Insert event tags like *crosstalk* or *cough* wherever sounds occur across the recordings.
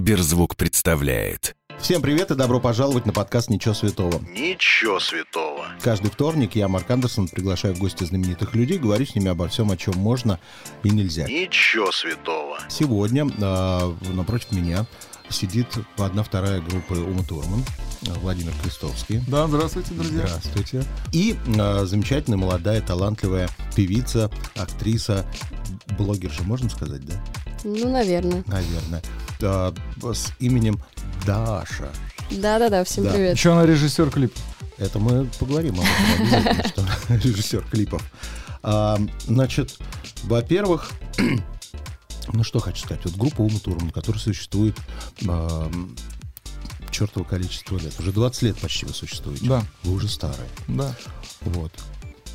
Сберзвук представляет. Всем привет и добро пожаловать на подкаст «Ничего святого». Ничего святого. Каждый вторник я, Марк Андерсон, приглашаю в гости знаменитых людей, говорю с ними обо всем, о чем можно и нельзя. Ничего святого. Сегодня э, напротив меня сидит одна-вторая группа Ума Турман, э, Владимир Крестовский. Да, здравствуйте, друзья. Здравствуйте. И э, замечательная, молодая, талантливая певица, актриса, блогерша, можно сказать, да? Ну, наверное. Наверное. Э, с именем Даша. Да-да-да, всем Да. привет. Еще она режиссер клип. Это мы поговорим об этом обязательно, что *laughs* режиссер клипов. А, значит, во-первых, *clears throat* ну что хочу сказать, вот группа Ума Турман, которая существует ам, чертово количество лет. Уже 20 лет почти вы существуете. Да. Вы уже старые. Да. Вот.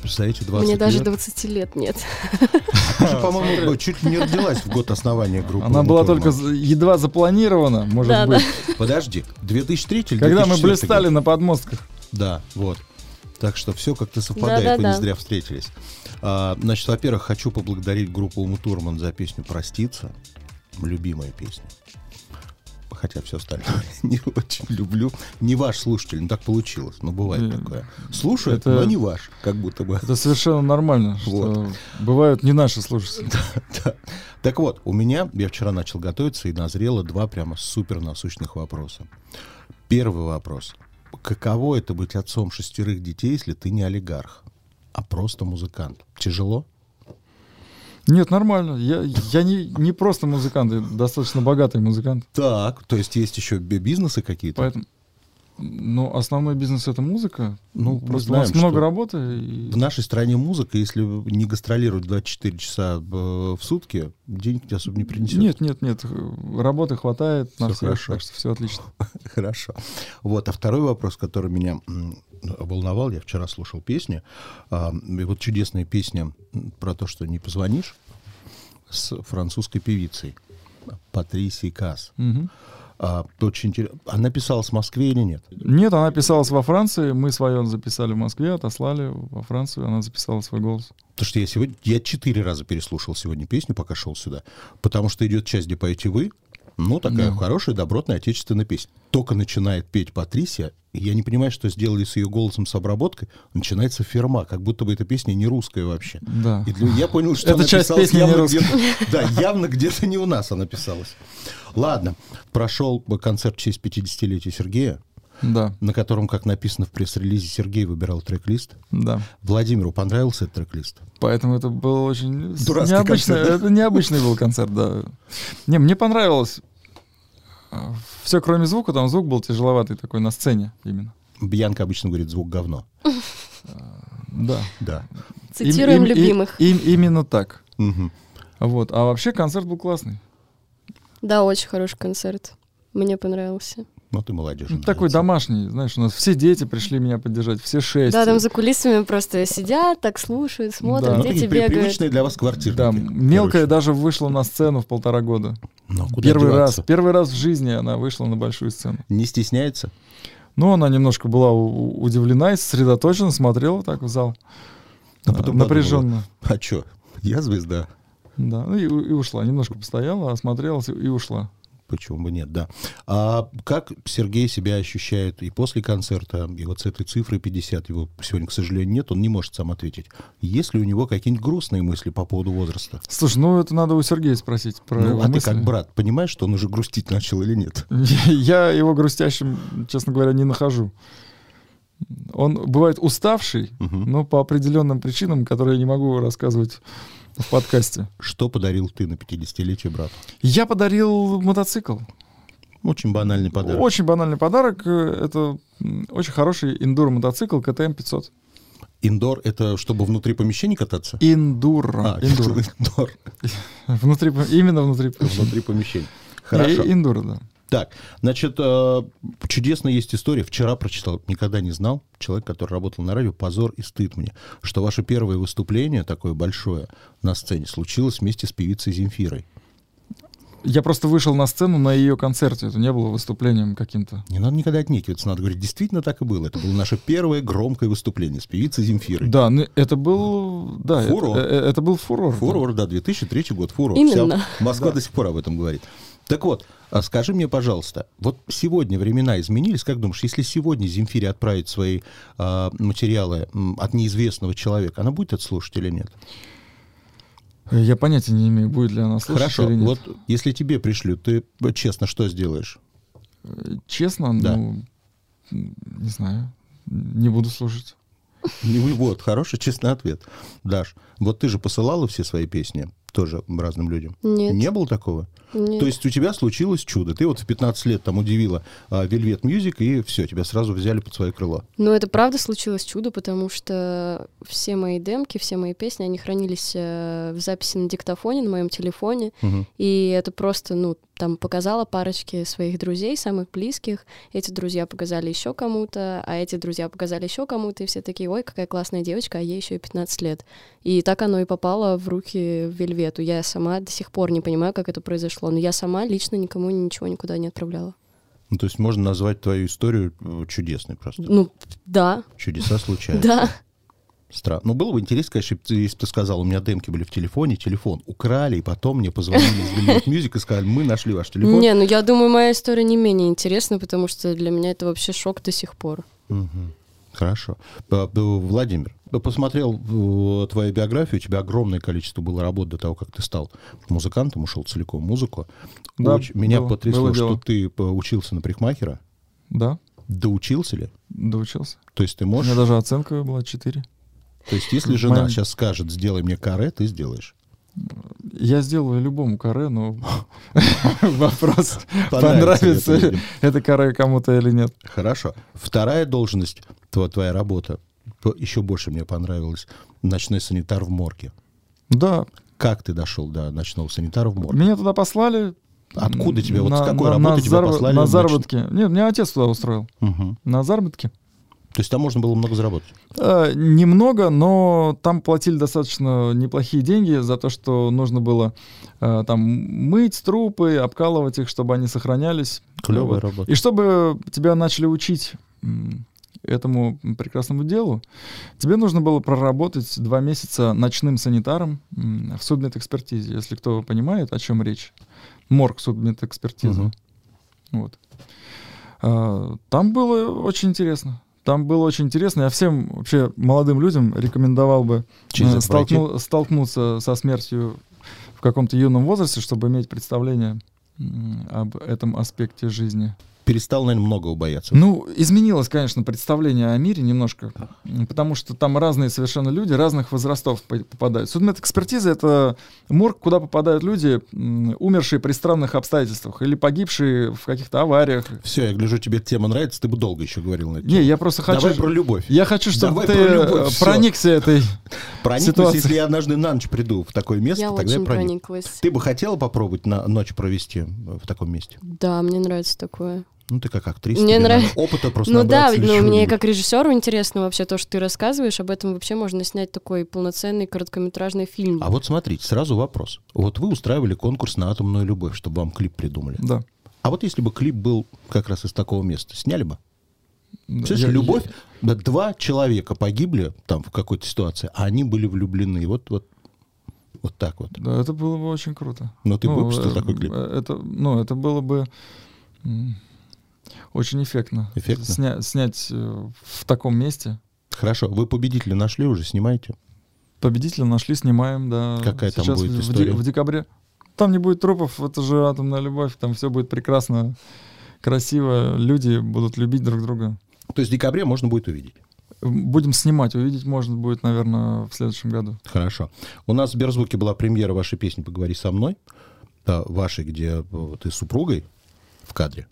Представляете, 20 Мне даже лет. 20 лет нет. Ты же, по-моему, чуть ли не родилась в год основания группы. Она Ума была Турман. только за- едва запланирована, может Да, быть. Подожди, 2003 или Когда мы 2004 блистали год? на подмостках. Да, вот. Так что все как-то совпадает, вы не Да-да-да. зря встретились. А, значит, во-первых, хочу поблагодарить группу Уму Турман за песню «Проститься». Любимая песня. Хотя все остальное *laughs* не очень люблю. Не ваш слушатель, ну так получилось, но бывает Э, такое. Слушает, это- но не ваш, как будто бы. Это совершенно нормально, что Вот. бывают не наши слушатели. Да. *laughs* Так вот, у меня, я вчера начал готовиться и назрело два прямо супер насущных вопроса. Первый вопрос. Каково это быть отцом шестерых детей, если ты не олигарх, а просто музыкант? Тяжело? Нет, нормально. Я, я не, не просто музыкант, я достаточно богатый музыкант. Так, то есть есть еще би- бизнесы какие-то? Поэтому. Ну, основной бизнес это музыка. Ну, мы просто у знаем, нас много что работы. и- В нашей стране музыка, если не гастролировать 24 часа э, в сутки, денег тебе особо не принесет. Нет, нет, нет. х- Работы хватает на Всё всех, хорошо. так что все отлично. Хорошо. Вот, а второй вопрос, который меня м, волновал, я вчера слушал песни, а, и вот чудесная песня м, про то, что не позвонишь, с французской певицей Патрисией Касс. Мгм. А, очень интересно. Она писала с Москве или нет? Нет, она писалась во Франции. Мы свое записали в Москве, отослали во Францию. Она записала свой голос. Потому что я сегодня, я четыре раза переслушал сегодня песню, пока шел сюда, потому что идет часть, где поете вы, ну, такая хорошая, добротная, отечественная песня. Только начинает петь Патрисия, и я не понимаю, что сделали с ее голосом, с обработкой, начинается ферма, как будто бы эта песня не русская вообще. Да. И для- я понял, что Эта она часть писалась песни не явно русская. где-то- Да, явно где-то не у нас она писалась. Ладно, прошел бы концерт в честь 50-летия Сергея, Да, на котором, как написано в пресс-релизе, Сергей выбирал трек-лист. да. Владимиру понравился этот трек-лист? Поэтому это был очень с- Дурацкий необычный. концерт. Это необычный был концерт, да. Не, мне понравилось. Все, кроме звука, там звук был тяжеловатый такой на сцене именно. Бьянка обычно говорит звук говно. Да. Да. Им- Цитируем им- и- любимых. им- именно так. Мгм. Вот. А вообще концерт был классный. Да, очень хороший концерт. Мне понравился. Ну ты молодежь. Ну, такой домашний, знаешь, у нас все дети пришли меня поддержать, все шесть. Да, там за кулисами просто сидят, так слушают, Да. смотрят, Ну, дети бегают. привычные для вас квартирники. Да, мелкая короче. даже вышла на сцену в полтора года. Но куда Первый деваться? раз, первый раз в жизни она вышла на большую сцену. Не стесняется? Ну, она немножко была у- у- удивлена и сосредоточенно смотрела так в зал. А потом напряженно. А чё? Я звезда. Да, ну и, у- и ушла. Немножко постояла, осмотрелась и, и ушла. Почему бы нет, да. А как Сергей себя ощущает и после концерта, и вот с этой цифрой 50, его сегодня, к сожалению, нет, он не может сам ответить. Есть ли у него какие-нибудь грустные мысли по поводу возраста? Слушай, ну это надо у Сергея спросить про Ну, его а ты мысли. как брат, понимаешь, что он уже грустить *laughs* начал или нет? *laughs* Я его грустящим, честно говоря, не нахожу. Он бывает уставший, Мгм. но по определенным причинам, которые я не могу рассказывать в подкасте. Что подарил ты на 50-летие брату? Я подарил мотоцикл. Очень банальный подарок. Очень банальный подарок. э, Это м, очень хороший эндуро-мотоцикл КТМ 500. Индор — это чтобы внутри помещения кататься? Индура. А, *laughs* Индура. индор. *laughs* Внутри, пом- именно внутри. пом- Внутри помещения. *laughs* Хорошо. И- Индура, да. Так, значит, э, чудесная есть история. Вчера прочитал, никогда не знал. Человек, который работал на радио, позор и стыд мне, что ваше первое выступление, такое большое, на сцене, случилось вместе с певицей Земфирой. Я просто вышел на сцену на ее концерте. Это не было выступлением каким-то. Не надо никогда отнекиваться, надо говорить, действительно так и было. Это было наше первое громкое выступление с певицей Земфирой. Да, ну, это был... Да, Фурор. Это, э, это был фурор. да. Фурор, да, 2003 год, фурор. Именно. Вся Москва до сих пор об этом говорит. Так вот, а скажи мне, пожалуйста, вот сегодня времена изменились, как думаешь, если сегодня Земфире отправить свои а, материалы м, от неизвестного человека, она будет это слушать или нет? Я понятия не имею, будет ли она слушать Хорошо, или нет. вот если тебе пришлют, ты э, честно что сделаешь? *laughs* Э, Честно, Да. ну, м, не знаю, не буду слушать. Ну и Вот, хороший, честный ответ. Даш, вот ты же посылала все свои песни тоже разным людям. Нет. Не было такого? Нет. То есть у тебя случилось чудо. Ты вот в 15 лет там удивила а, Velvet Music, и все, тебя сразу взяли под свое крыло. Но это правда случилось чудо, потому что все мои демки, все мои песни, они хранились э, в записи на диктофоне, на моем телефоне. Мгм. И это просто, ну, там показала парочке своих друзей, самых близких. Эти друзья показали еще кому-то, а эти друзья показали еще кому-то, и все такие, ой, какая классная девочка, а ей еще и 15 лет. И так оно и попало в руки Вельвету. Я сама до сих пор не понимаю, как это произошло, но я сама лично никому ничего никуда не отправляла. Ну, то есть можно назвать твою историю э, чудесной просто. Ну, да, Чудеса случаются. да. Странно. Ну, было бы интересно, конечно, если б ты- если бы ты сказал, у меня демки были в телефоне, телефон украли, и потом мне позвонили из Velvet Music и сказали, мы нашли ваш телефон. Не, ну я думаю, моя история не менее интересна, потому что для меня это вообще шок до сих пор. Мгм. Хорошо. П- п- Владимир, п- посмотрел э, твою биографию, у тебя огромное количество было работ до того, как ты стал музыкантом, ушел целиком в музыку. Да, Оч- меня было- потрясло, было что дело. ты э, учился на парикмахера. Да, Доучился ли? доучился. То есть ты У меня можешь... даже оценка была 4. То есть если жена Моя- сейчас скажет, сделай мне каре, ты сделаешь. Я сделаю любому каре, но *laughs* вопрос, Понравится ли понравится это ли людям? это каре кому-то или нет. Хорошо. Вторая должность, тво- твоя работа, п- еще больше мне понравилась. Ночной санитар в морге. Да, Как ты дошел до ночного санитара в морге? меня туда послали. Откуда тебя, вот с На- какой на- работы на тебя зарва- послали? в На ноч- заработки. Нет, меня отец туда устроил. Мгм. На заработки. То есть там можно было много заработать. Э, Немного, но там платили достаточно неплохие деньги за то, что нужно было э, там мыть трупы, обкалывать их, чтобы они сохранялись. Вот. работа. И чтобы тебя начали учить м, этому прекрасному делу, тебе нужно было проработать два месяца ночным санитаром м, в судмедэкспертизе, если кто понимает, о чем речь. Морг судмедэкспертиза. Мгм. Вот. А, Там было очень интересно. Там было очень интересно. Я всем вообще молодым людям рекомендовал бы Через э, это пройти? столкну- столкнуться со смертью в каком-то юном возрасте, чтобы иметь представление м, об этом аспекте жизни. Перестал, наверное, многого бояться. Ну, изменилось, конечно, представление о мире немножко, м, потому что там разные совершенно люди разных возрастов по- попадают. Судмедэкспертиза — это морг, куда попадают люди, м, умершие при странных обстоятельствах или погибшие в каких-то авариях. Все, я гляжу, тебе эта тема нравится, ты бы долго еще говорил на это. Не, я просто хочу... Давай про любовь. Я хочу, чтобы Давай ты про любовь, э, всё. *laughs* проникся этой... Проникнусь, ситуация. если я однажды на ночь приду в такое место, я тогда я очень проникну. прониклась. Ты бы хотела попробовать на ночь провести э, в таком месте? Да, мне нравится такое. Ну, ты как актриса. Мне тебе, нрав- наверное, Опыта просто ну да, набраться или ну, мне чего-нибудь. как режиссеру интересно вообще то, что ты рассказываешь. Об этом вообще можно снять такой полноценный короткометражный фильм. А вот смотрите, сразу вопрос. Вот вы устраивали конкурс на атомную любовь, чтобы вам клип придумали. Да. А вот если бы клип был как раз из такого места, сняли бы? Слышишь, Я- любовь. да, Два человека погибли там в какой-то ситуации, а они были влюблены. Вот, вот, вот так вот. Да, это было бы очень круто. Но А ты Ну, выпустил э, такой клип. э, Это, ну, это было бы м, очень эффектно. Эффектно? Сня- снять э, в таком месте. Хорошо, вы победителя нашли уже, снимаете? Победителя нашли, снимаем, да. Какая там Сейчас будет в- в, де- история? в декабре. Там не будет трупов, это же атомная любовь, там все будет прекрасно, красиво, люди будут любить друг друга. То есть в декабре можно будет увидеть. Будем снимать, увидеть можно будет, наверное, в следующем году. Хорошо. У нас в Сберзвуке была премьера вашей песни «Поговори со мной», да, вашей, где э, ты с супругой в кадре.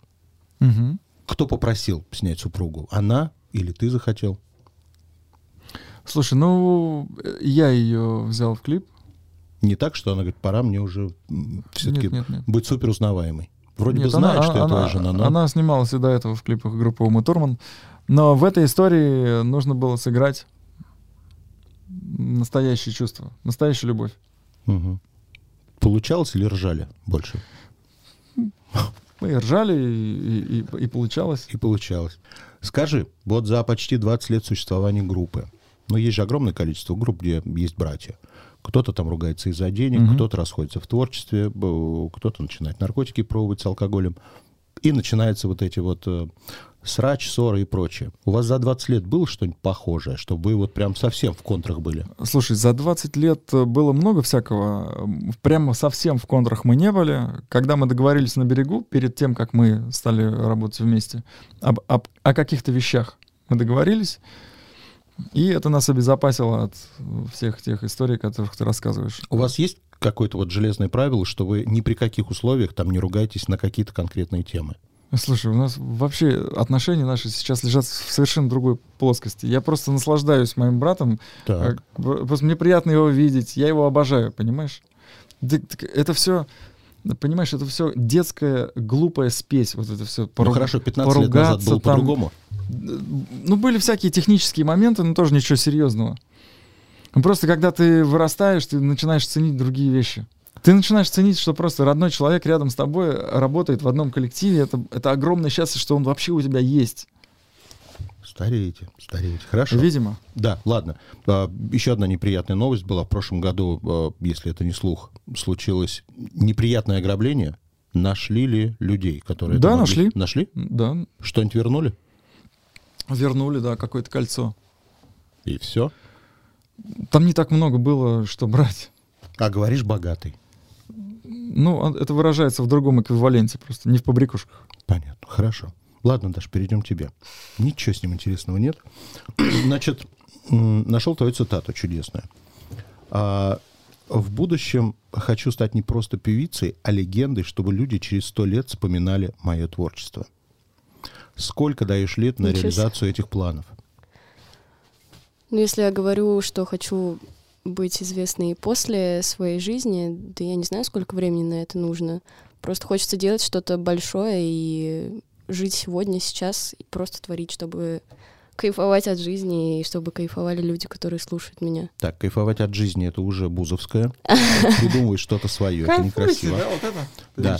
Мгм. Кто попросил снять супругу? Она или ты захотел? Слушай, ну, э, я ее взял в клип. Не так, что она говорит, пора мне уже все-таки Нет, нет, нет. быть супер узнаваемой. Вроде Нет, бы знаешь, что я она, твоя жена, но... она снималась и до этого в клипах группы Умы Турман. Но в этой истории нужно было сыграть настоящее чувство, настоящую любовь. Мгм. Получалось или ржали больше? Мы и ржали, и, и- и- и получалось. И получалось. Скажи, вот за почти 20 лет существования группы, ну, есть же огромное количество групп, где есть братья. Кто-то там ругается из-за денег, Мгм. кто-то расходится в творчестве, б- кто-то начинает наркотики пробовать с алкоголем. И начинаются вот эти вот э, срач, ссоры и прочее. У вас за 20 лет было что-нибудь похожее, чтобы вы вот прям совсем в контрах были? Слушай, за 20 лет э, было много всякого. М, Прямо совсем в контрах мы не были. Когда мы договорились на берегу, перед тем, как мы стали работать вместе, об- об- о каких-то вещах мы договорились. И это нас обезопасило от э, всех тех историй, о которых ты рассказываешь. У вас есть какое-то вот железное правило, что вы ни при каких условиях там не ругаетесь на какие-то конкретные темы? Слушай, у нас вообще отношения наши сейчас лежат в совершенно другой плоскости. Я просто наслаждаюсь моим братом. Так. Э, б- Просто мне приятно его видеть. Я его обожаю, понимаешь? Да, так Это все, понимаешь, это все детская глупая спесь. Вот это все. Ну хорошо, 15 лет назад было по-другому. Ну, были всякие технические моменты, но тоже ничего серьезного. Ну, Просто когда ты вырастаешь, ты начинаешь ценить другие вещи. Ты начинаешь ценить, что просто родной человек рядом с тобой работает в одном коллективе. Это, это огромное счастье, что он вообще у тебя есть. Стареете, стареете. Хорошо. Видимо. Да, ладно. А, Еще одна неприятная новость была. В прошлом году, а, если это не слух, случилось неприятное ограбление. Нашли ли людей, которые... это Да, могли? нашли. Нашли? Да, Что-нибудь вернули? вернули, да, какое-то кольцо. И все. Там не так много было, что брать. А говоришь, богатый. Ну, он- это выражается в другом эквиваленте просто, не в побрякушках. Понятно, хорошо. Ладно, Даш, перейдем к тебе. Ничего с ним интересного нет. *clears throat* Значит, м, нашел твою цитату чудесную. А, в будущем хочу стать не просто певицей, а легендой, чтобы люди через сто лет вспоминали мое творчество. Сколько даешь лет на Ничего себе. реализацию этих планов? Ну, если я говорю, что хочу быть известной и после своей жизни, да я не знаю, сколько времени на это нужно. Просто хочется делать что-то большое и жить сегодня, сейчас, и просто творить, чтобы кайфовать от жизни, и чтобы кайфовали люди, которые слушают меня. Так, кайфовать от жизни это уже *laughs* Бузовская. Придумывай что-то свое, это некрасиво. вот это? Да.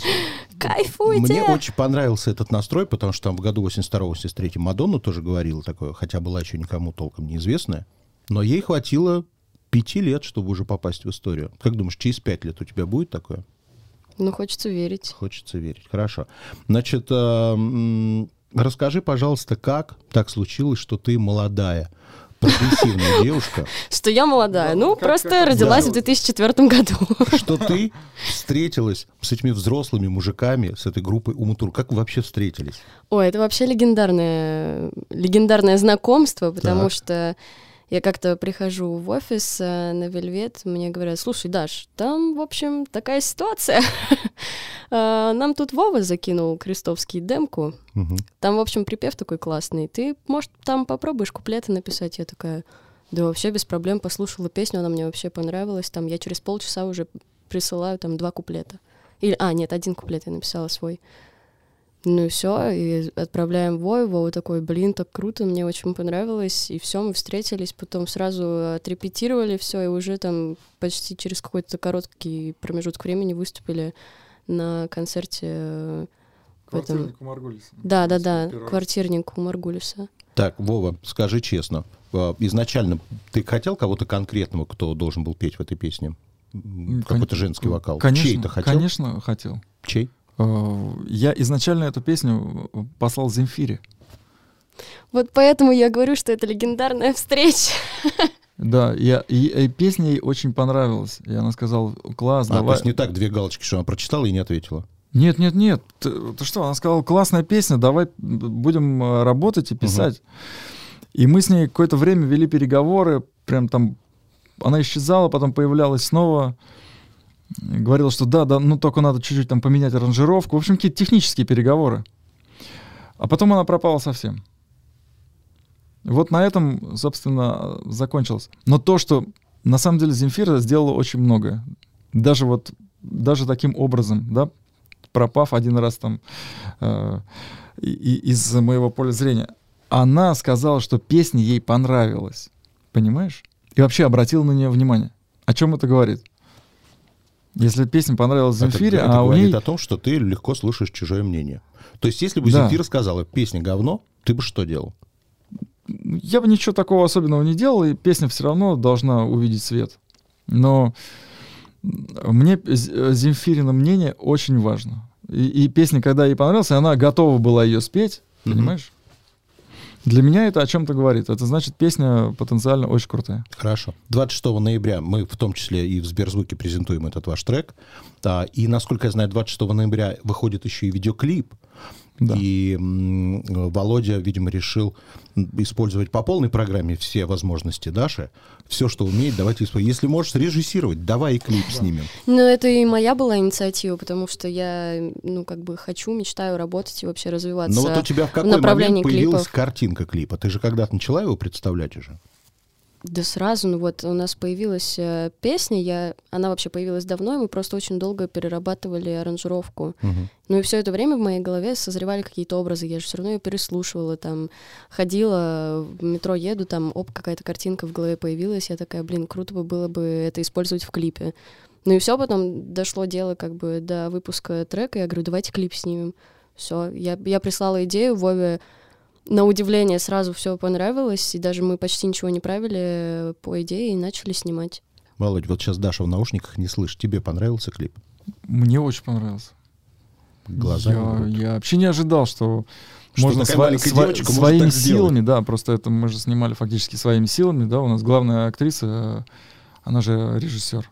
Кайфуйте! Мне очень понравился этот настрой, потому что там в году 82-83 Мадонна тоже говорила такое, хотя была еще никому толком неизвестная. Но ей хватило пяти лет, чтобы уже попасть в историю. Как думаешь, через пять лет у тебя будет такое? Ну, хочется верить. Хочется верить. Хорошо. Значит, э, м, расскажи, пожалуйста, как так случилось, что ты молодая, прогрессивная девушка, Что я молодая. Ну, Ну, как- просто как- родилась Да. в 2004 году. что ты встретилась с этими взрослыми мужиками, с этой группой Умутур. Как вы вообще встретились? Ой, это вообще легендарное, легендарное знакомство, потому Так. что я как-то прихожу в офис э, на Вельвет, мне говорят, слушай, Даш, там, в общем, такая ситуация. *laughs* Э, Нам тут Вова закинул крестовский демку. Мгм. Там, в общем, припев такой классный. Ты, может, там попробуешь куплеты написать? Я такая, да вообще без проблем, послушала песню, она мне вообще понравилась. Там я через полчаса уже присылаю там два куплета. Или, а, нет, один куплет я написала свой. Ну и все, и отправляем Вову, Вова такой, блин, так круто, мне очень понравилось, и все, мы встретились, потом сразу отрепетировали все, и уже там почти через какой-то короткий промежуток времени выступили на концерте э, в этом- да, да, да, квартирник у Маргулиса. Так, Вова, скажи честно, э, изначально ты хотел кого-то конкретного, кто должен был петь в этой песне? М, Кон- Какой-то женский вокал. Конечно, Чей ты хотел? Конечно, хотел. Чей? Э, Я изначально эту песню э, послал Земфире. Вот поэтому я говорю, что это легендарная *laughs* встреча. Да, я, и, и песня ей очень понравилась. И она сказала, класс, А, то давай. есть не так две галочки, что она прочитала и не ответила. Нет, нет, нет. Ты, ты что? Она сказала, классная песня, давай будем э, работать и писать. И мы с ней какое-то время вели переговоры, прям там она исчезала, потом появлялась снова. И Говорила, что да, да, ну только надо чуть-чуть там поменять аранжировку. В общем, какие-то технические переговоры. А потом она пропала совсем. Вот на этом, собственно, закончилось. Но то, что на самом деле Земфира сделала очень многое. Даже вот, даже таким образом, да, пропав один раз там э, и- и- из моего поля зрения. Она сказала, что песня ей понравилась. Понимаешь? И вообще обратила на нее внимание. О чем это говорит? Если песня понравилась Это- Земфире, это а у говорит ней... о том, что ты легко слушаешь чужое мнение. То есть если бы Да. Земфира сказала, песня говно, ты бы что делал? Я бы ничего такого особенного не делал, и песня все равно должна увидеть свет. Но мне З- Земфирина мнение очень важно. И, и песня, когда ей понравилась, и она готова была ее спеть, Мгм. понимаешь? Для меня это о чем-то говорит. Это значит, песня потенциально очень крутая. Хорошо. 26 ноября мы в том числе и в Сберзвуке презентуем этот ваш трек. Да, и, насколько я знаю, 26 ноября выходит еще и видеоклип. Да. И м, Володя, видимо, решил м, использовать по полной программе все возможности Даши. Все, что умеет, давайте используем. Если можешь срежиссировать, давай и клип снимем. Но это и моя была инициатива, потому что я, ну, как бы хочу, мечтаю работать и вообще развиваться. Но Ну, вот у тебя в какой направлении момент появилась э, клипов. картинка клипа? Ты же когда-то начала его представлять уже? Да сразу, ну вот у нас появилась э, песня, я, она вообще появилась давно, и мы просто очень долго перерабатывали аранжировку. Мгм. Ну и все это время в моей голове созревали какие-то образы. Я же все равно ее переслушивала, там ходила, в метро еду, там оп, какая-то картинка в голове появилась. Я такая, блин, круто бы было бы это использовать в клипе. Ну и все, потом дошло дело как бы до выпуска трека. Я говорю, давайте клип снимем. Все, я, я прислала идею, Вове на удивление сразу все понравилось, и даже мы почти ничего не правили по идее и начали снимать. Володь, вот сейчас Даша в наушниках не слышит. Тебе понравился клип? Мне очень понравилось. Глаза. не я, врут. я вообще не ожидал, что, Что можно такая сва- маленькая сва- девочка может своими так сделать. силами, да, просто это мы же снимали фактически своими силами, да, у нас главная актриса, э, она же режиссер,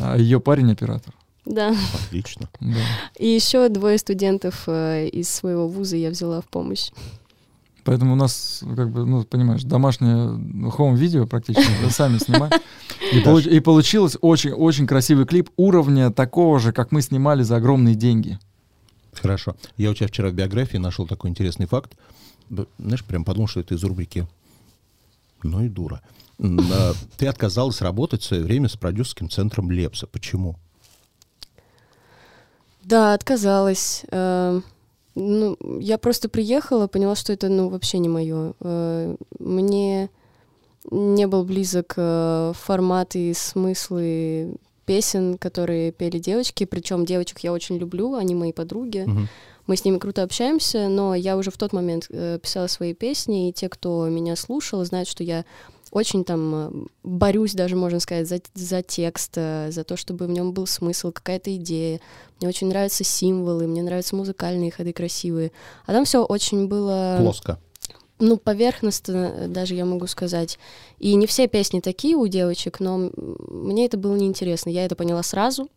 а ее парень оператор. Да. Отлично. Да. И еще двое студентов э, из своего вуза я взяла в помощь. Поэтому у нас, как бы, ну, понимаешь, домашнее хоум-видео практически, да, сами снимаем. И, получ- и получилось очень-очень красивый клип уровня такого же, как мы снимали за огромные деньги. Хорошо. Я у тебя вчера в биографии нашел такой интересный факт. Б- Знаешь, прям подумал, что это из рубрики «Ну и дура». М, а, Ты отказалась работать в свое время с продюсерским центром Лепса. Почему? Да, отказалась. Э, Ну, я просто приехала, поняла, что это, ну, вообще не мое. Мне не был близок э, формат и смыслы песен, которые пели девочки. Причем девочек я очень люблю, они мои подруги. Мгм. Мы с ними круто общаемся, но я уже в тот момент э, писала свои песни, и те, кто меня слушал, знают, что я очень там э, борюсь даже, можно сказать, за, за текст, э, за то, чтобы в нем был смысл, какая-то идея. Мне очень нравятся символы, мне нравятся музыкальные ходы красивые. А там все очень было Плоско. ну, поверхностно, э, даже я могу сказать. И не все песни такие у девочек, но м, мне это было неинтересно. Я это поняла сразу.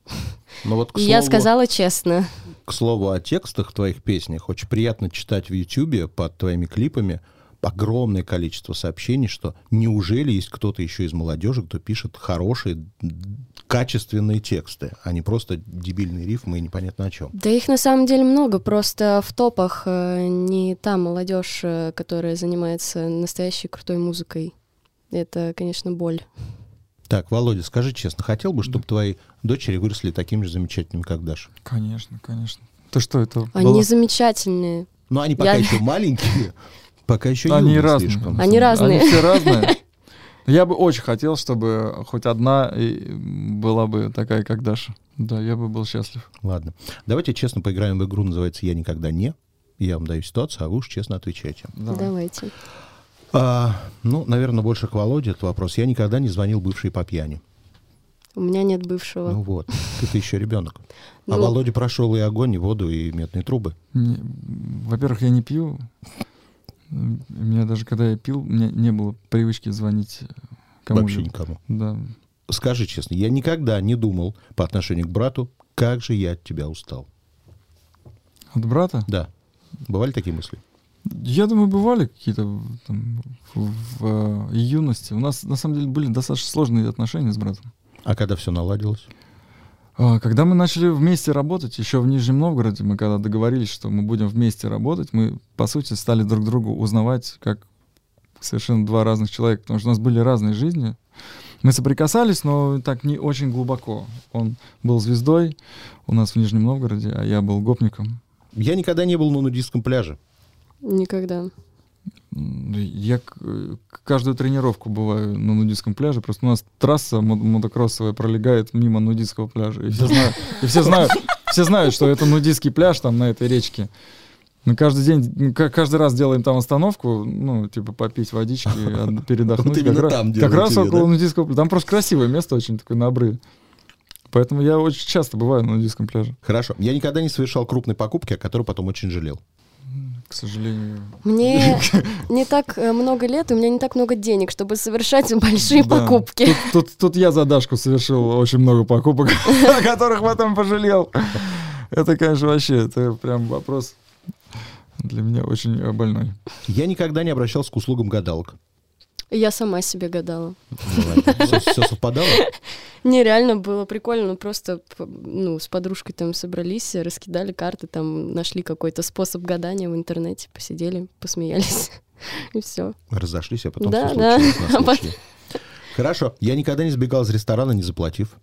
Но Ну вот, к и я слову- сказала честно. К слову о текстах твоих песнях, очень приятно читать в Ютьюбе под твоими клипами огромное количество сообщений, что неужели есть кто-то еще из молодежи, кто пишет хорошие, м, качественные тексты, а не просто дебильные рифмы и непонятно о чем. Да их на самом деле много, просто в топах э, не та молодежь, э, которая занимается настоящей крутой музыкой. Это, конечно, боль. Так, Володя, скажи честно, хотел бы, чтобы твои дочери выросли такими же замечательными, как Даша? Конечно, конечно. Ты что, это Они было- замечательные. Но Ну, они пока Я- еще маленькие, *laughs* пока еще Они юные разные. слишком. Они разные. *laughs* Они все разные. Я бы очень хотел, чтобы хоть одна и была бы такая, как Даша. Да, я бы был счастлив. Ладно. Давайте честно поиграем в игру, называется «Я никогда не». Я вам даю ситуацию, а вы уж честно отвечаете. Давай. Давайте. А, ну, наверное, больше к Володе этот вопрос. Я никогда не звонил бывшей по пьяни. У меня нет бывшего. Ну вот, ты еще ребенок. А Ну. Володя прошел и огонь, и воду, и медные трубы. Не- Во-первых, я не пью. М, У меня даже когда я пил, у меня не было привычки звонить Вообще кому-либо. никому. Да. Скажи честно, я никогда не думал по отношению к брату, как же я от тебя устал. От брата? Да. Бывали такие мысли? Я думаю, бывали какие-то там, в, в, э, юности. У нас на самом деле были достаточно сложные отношения с братом. А когда все наладилось? А, Когда мы начали вместе работать, еще в Нижнем Новгороде, мы когда договорились, что мы будем вместе работать, мы, по сути, стали друг другу узнавать, как совершенно два разных человека, потому что у нас были разные жизни. Мы соприкасались, но так не очень глубоко. Он был звездой у нас в Нижнем Новгороде, а я был гопником. Я никогда не был на нудистском пляже. *laughs* Никогда. М, Я к- э, к- каждую тренировку бываю на нудистском пляже. Просто у нас трасса мо- мотокроссовая пролегает мимо нудистского пляжа. И все знают, и все знают, все знают, что это нудистский пляж там на этой речке. Мы каждый день, ну, ка- каждый раз делаем там остановку, ну, типа *laughs* попить водички, от- передохнуть. Вот именно Как раз- там Как делаете раз ее, около да? нудистского пляжа. Там просто красивое место очень, такое на обрыве. Поэтому я очень часто бываю на нудистском пляже, Хорошо. Я никогда не совершал крупной покупки, о которой потом очень жалел. к сожалению. Мне не так э, много лет, и у меня не так много денег, чтобы совершать *laughs* большие Да. покупки. Тут, тут- тут я за Дашку совершил очень много покупок, *laughs* о которых потом пожалел. Это, конечно, вообще, это прям вопрос для меня очень э, больной. Я никогда не обращался к услугам гадалок. Я сама себе гадала. Все, совпадало. Нереально было прикольно, ну, просто п- ну, с подружкой там собрались, раскидали карты, там нашли какой-то способ гадания в интернете, посидели, посмеялись, *laughs* и все. Разошлись, а потом Да, все да. случилось. А нас потом- учили. Хорошо. Я никогда не сбегал из ресторана, не заплатив.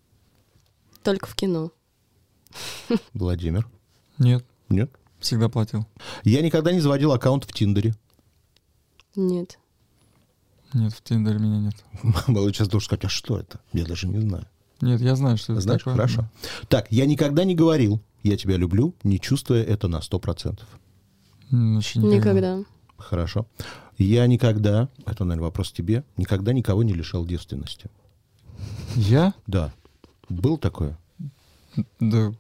Только в кино. Владимир. Нет, Нет. всегда платил. Я никогда не заводил аккаунт в Тиндере. *laughs* Нет. Нет, в Тиндере меня нет. Мало сейчас должен сказать, а что это? Я даже не знаю. Нет, я знаю, что это Знаешь, такое. хорошо. Так, я никогда не говорил, я тебя люблю, не чувствуя это на 100%. М, вообще Никогда. Хорошо. Я никогда, это, наверное, вопрос тебе, никогда никого не лишал девственности. Я? Да. Было такое? Да.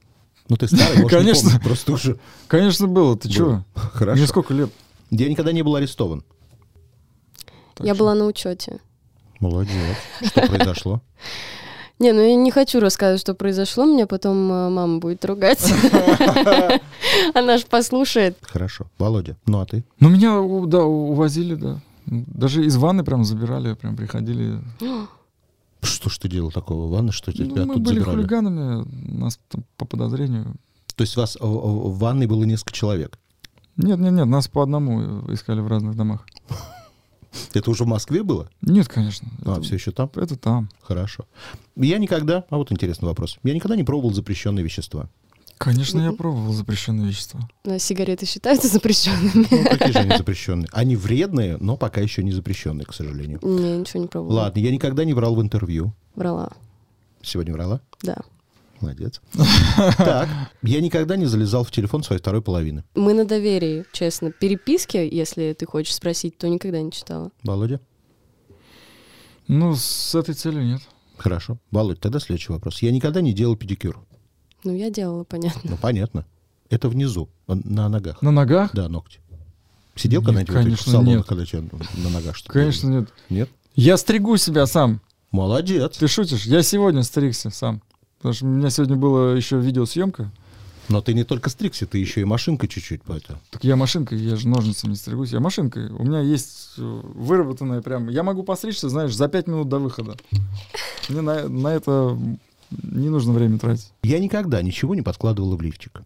Ну, ты старый, может, не Конечно. помнишь, просто уже. Конечно, было. Ты чего? Было. Хорошо. Мне сколько лет? Я никогда не был арестован. Так Я что- была на учете. Молодец. Что произошло? Не, ну я не хочу рассказывать, что произошло, меня потом э, мама будет ругать. *laughs* Она ж послушает. Хорошо. Володя, ну а ты? Ну, меня, у- да, у- увозили, да. Даже из ванны прям забирали, прям приходили. Что ж ты делал такого, Ванна, что тебя Ну, мы тут были забирали? хулиганами, нас там по подозрению. То есть вас в- в в ванной было несколько человек. Нет, нет, нет, нас по одному э, искали в разных домах. Это уже в Москве было? Нет, конечно. А, это- все еще там? Это там. Хорошо. Я никогда, а вот интересный вопрос, я никогда не пробовал запрещенные вещества. Конечно, я Мгм. пробовал запрещенные вещества. А Сигареты считаются запрещенными? Ну, какие же они запрещенные? Они вредные, но пока еще не запрещенные, к сожалению. *laughs* Не, ничего не пробовала. Ладно, я никогда не врал в интервью. Врала, Сегодня врала? да. Молодец. Так, я никогда не залезал в телефон своей второй половины. Мы на доверии, честно. Переписки, если ты хочешь спросить, то никогда не читала. Володя? Ну, с этой целью нет. Хорошо. Володь, тогда следующий вопрос. Я никогда не делал педикюр. Ну, я делала, понятно. *laughs* Ну, понятно. Это внизу, на ногах. На ногах? Да, ногти. Сидел Ну, Нет, когда-нибудь вот этих в конечно, салонах, нет. когда тебе на ногах что-то? Конечно, нет. Нет? Я стригу себя сам. Молодец. Ты шутишь? Я сегодня стригся сам. Потому что у меня сегодня была еще видеосъемка. Но ты не только стригся, ты еще и машинкой чуть-чуть поэтому. Так я машинкой, я же ножницами не стригусь. Я машинкой. У меня есть э, выработанная прям... Я могу постричься, знаешь, за 5 минут до выхода. Мне на, на это не нужно время тратить. Я никогда ничего не подкладывала в лифчик.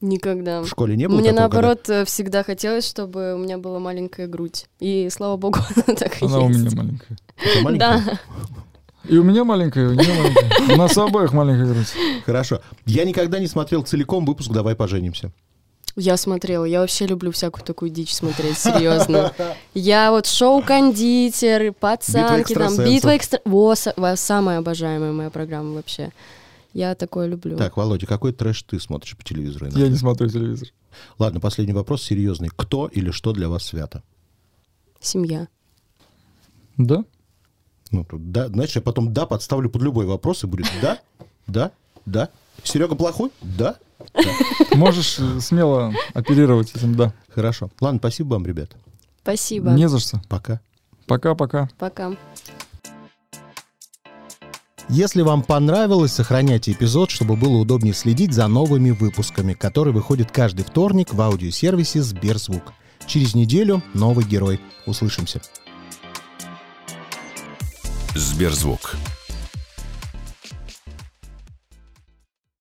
Никогда. В школе не было Мне такого, когда- наоборот э, всегда хотелось, чтобы у меня была маленькая грудь. И слава богу, *laughs* она так и Она у меня есть. маленькая. У тебя маленькая? Да. И у меня маленькая, и у нее маленькая. У нас у обоих маленькая грудь. Хорошо. Я никогда не смотрел целиком выпуск «Давай поженимся». Я смотрела, я вообще люблю всякую такую дичь смотреть, серьезно. Я вот шоу-кондитер, пацанки, там, экстрасенсов. битва экстра... Во, са- во, самая обожаемая моя программа вообще. Я такое люблю. Так, Володя, какой трэш ты смотришь по телевизору? иногда? Я не смотрю телевизор. Ладно, последний вопрос серьезный. Кто или что для вас свято? Семья. Да? Ну, тут да, знаешь, я потом да подставлю под любой вопрос и будет да, да, да. Серега плохой? Да. Можешь э, смело оперировать этим, да. Хорошо. Ладно, спасибо вам, ребят. Спасибо. Не за что. Пока. Пока-пока. Пока. Если вам понравилось, сохраняйте эпизод, чтобы было удобнее следить за новыми выпусками, которые выходят каждый вторник в аудиосервисе Сберзвук. Через неделю новый герой. Услышимся. Сберзвук.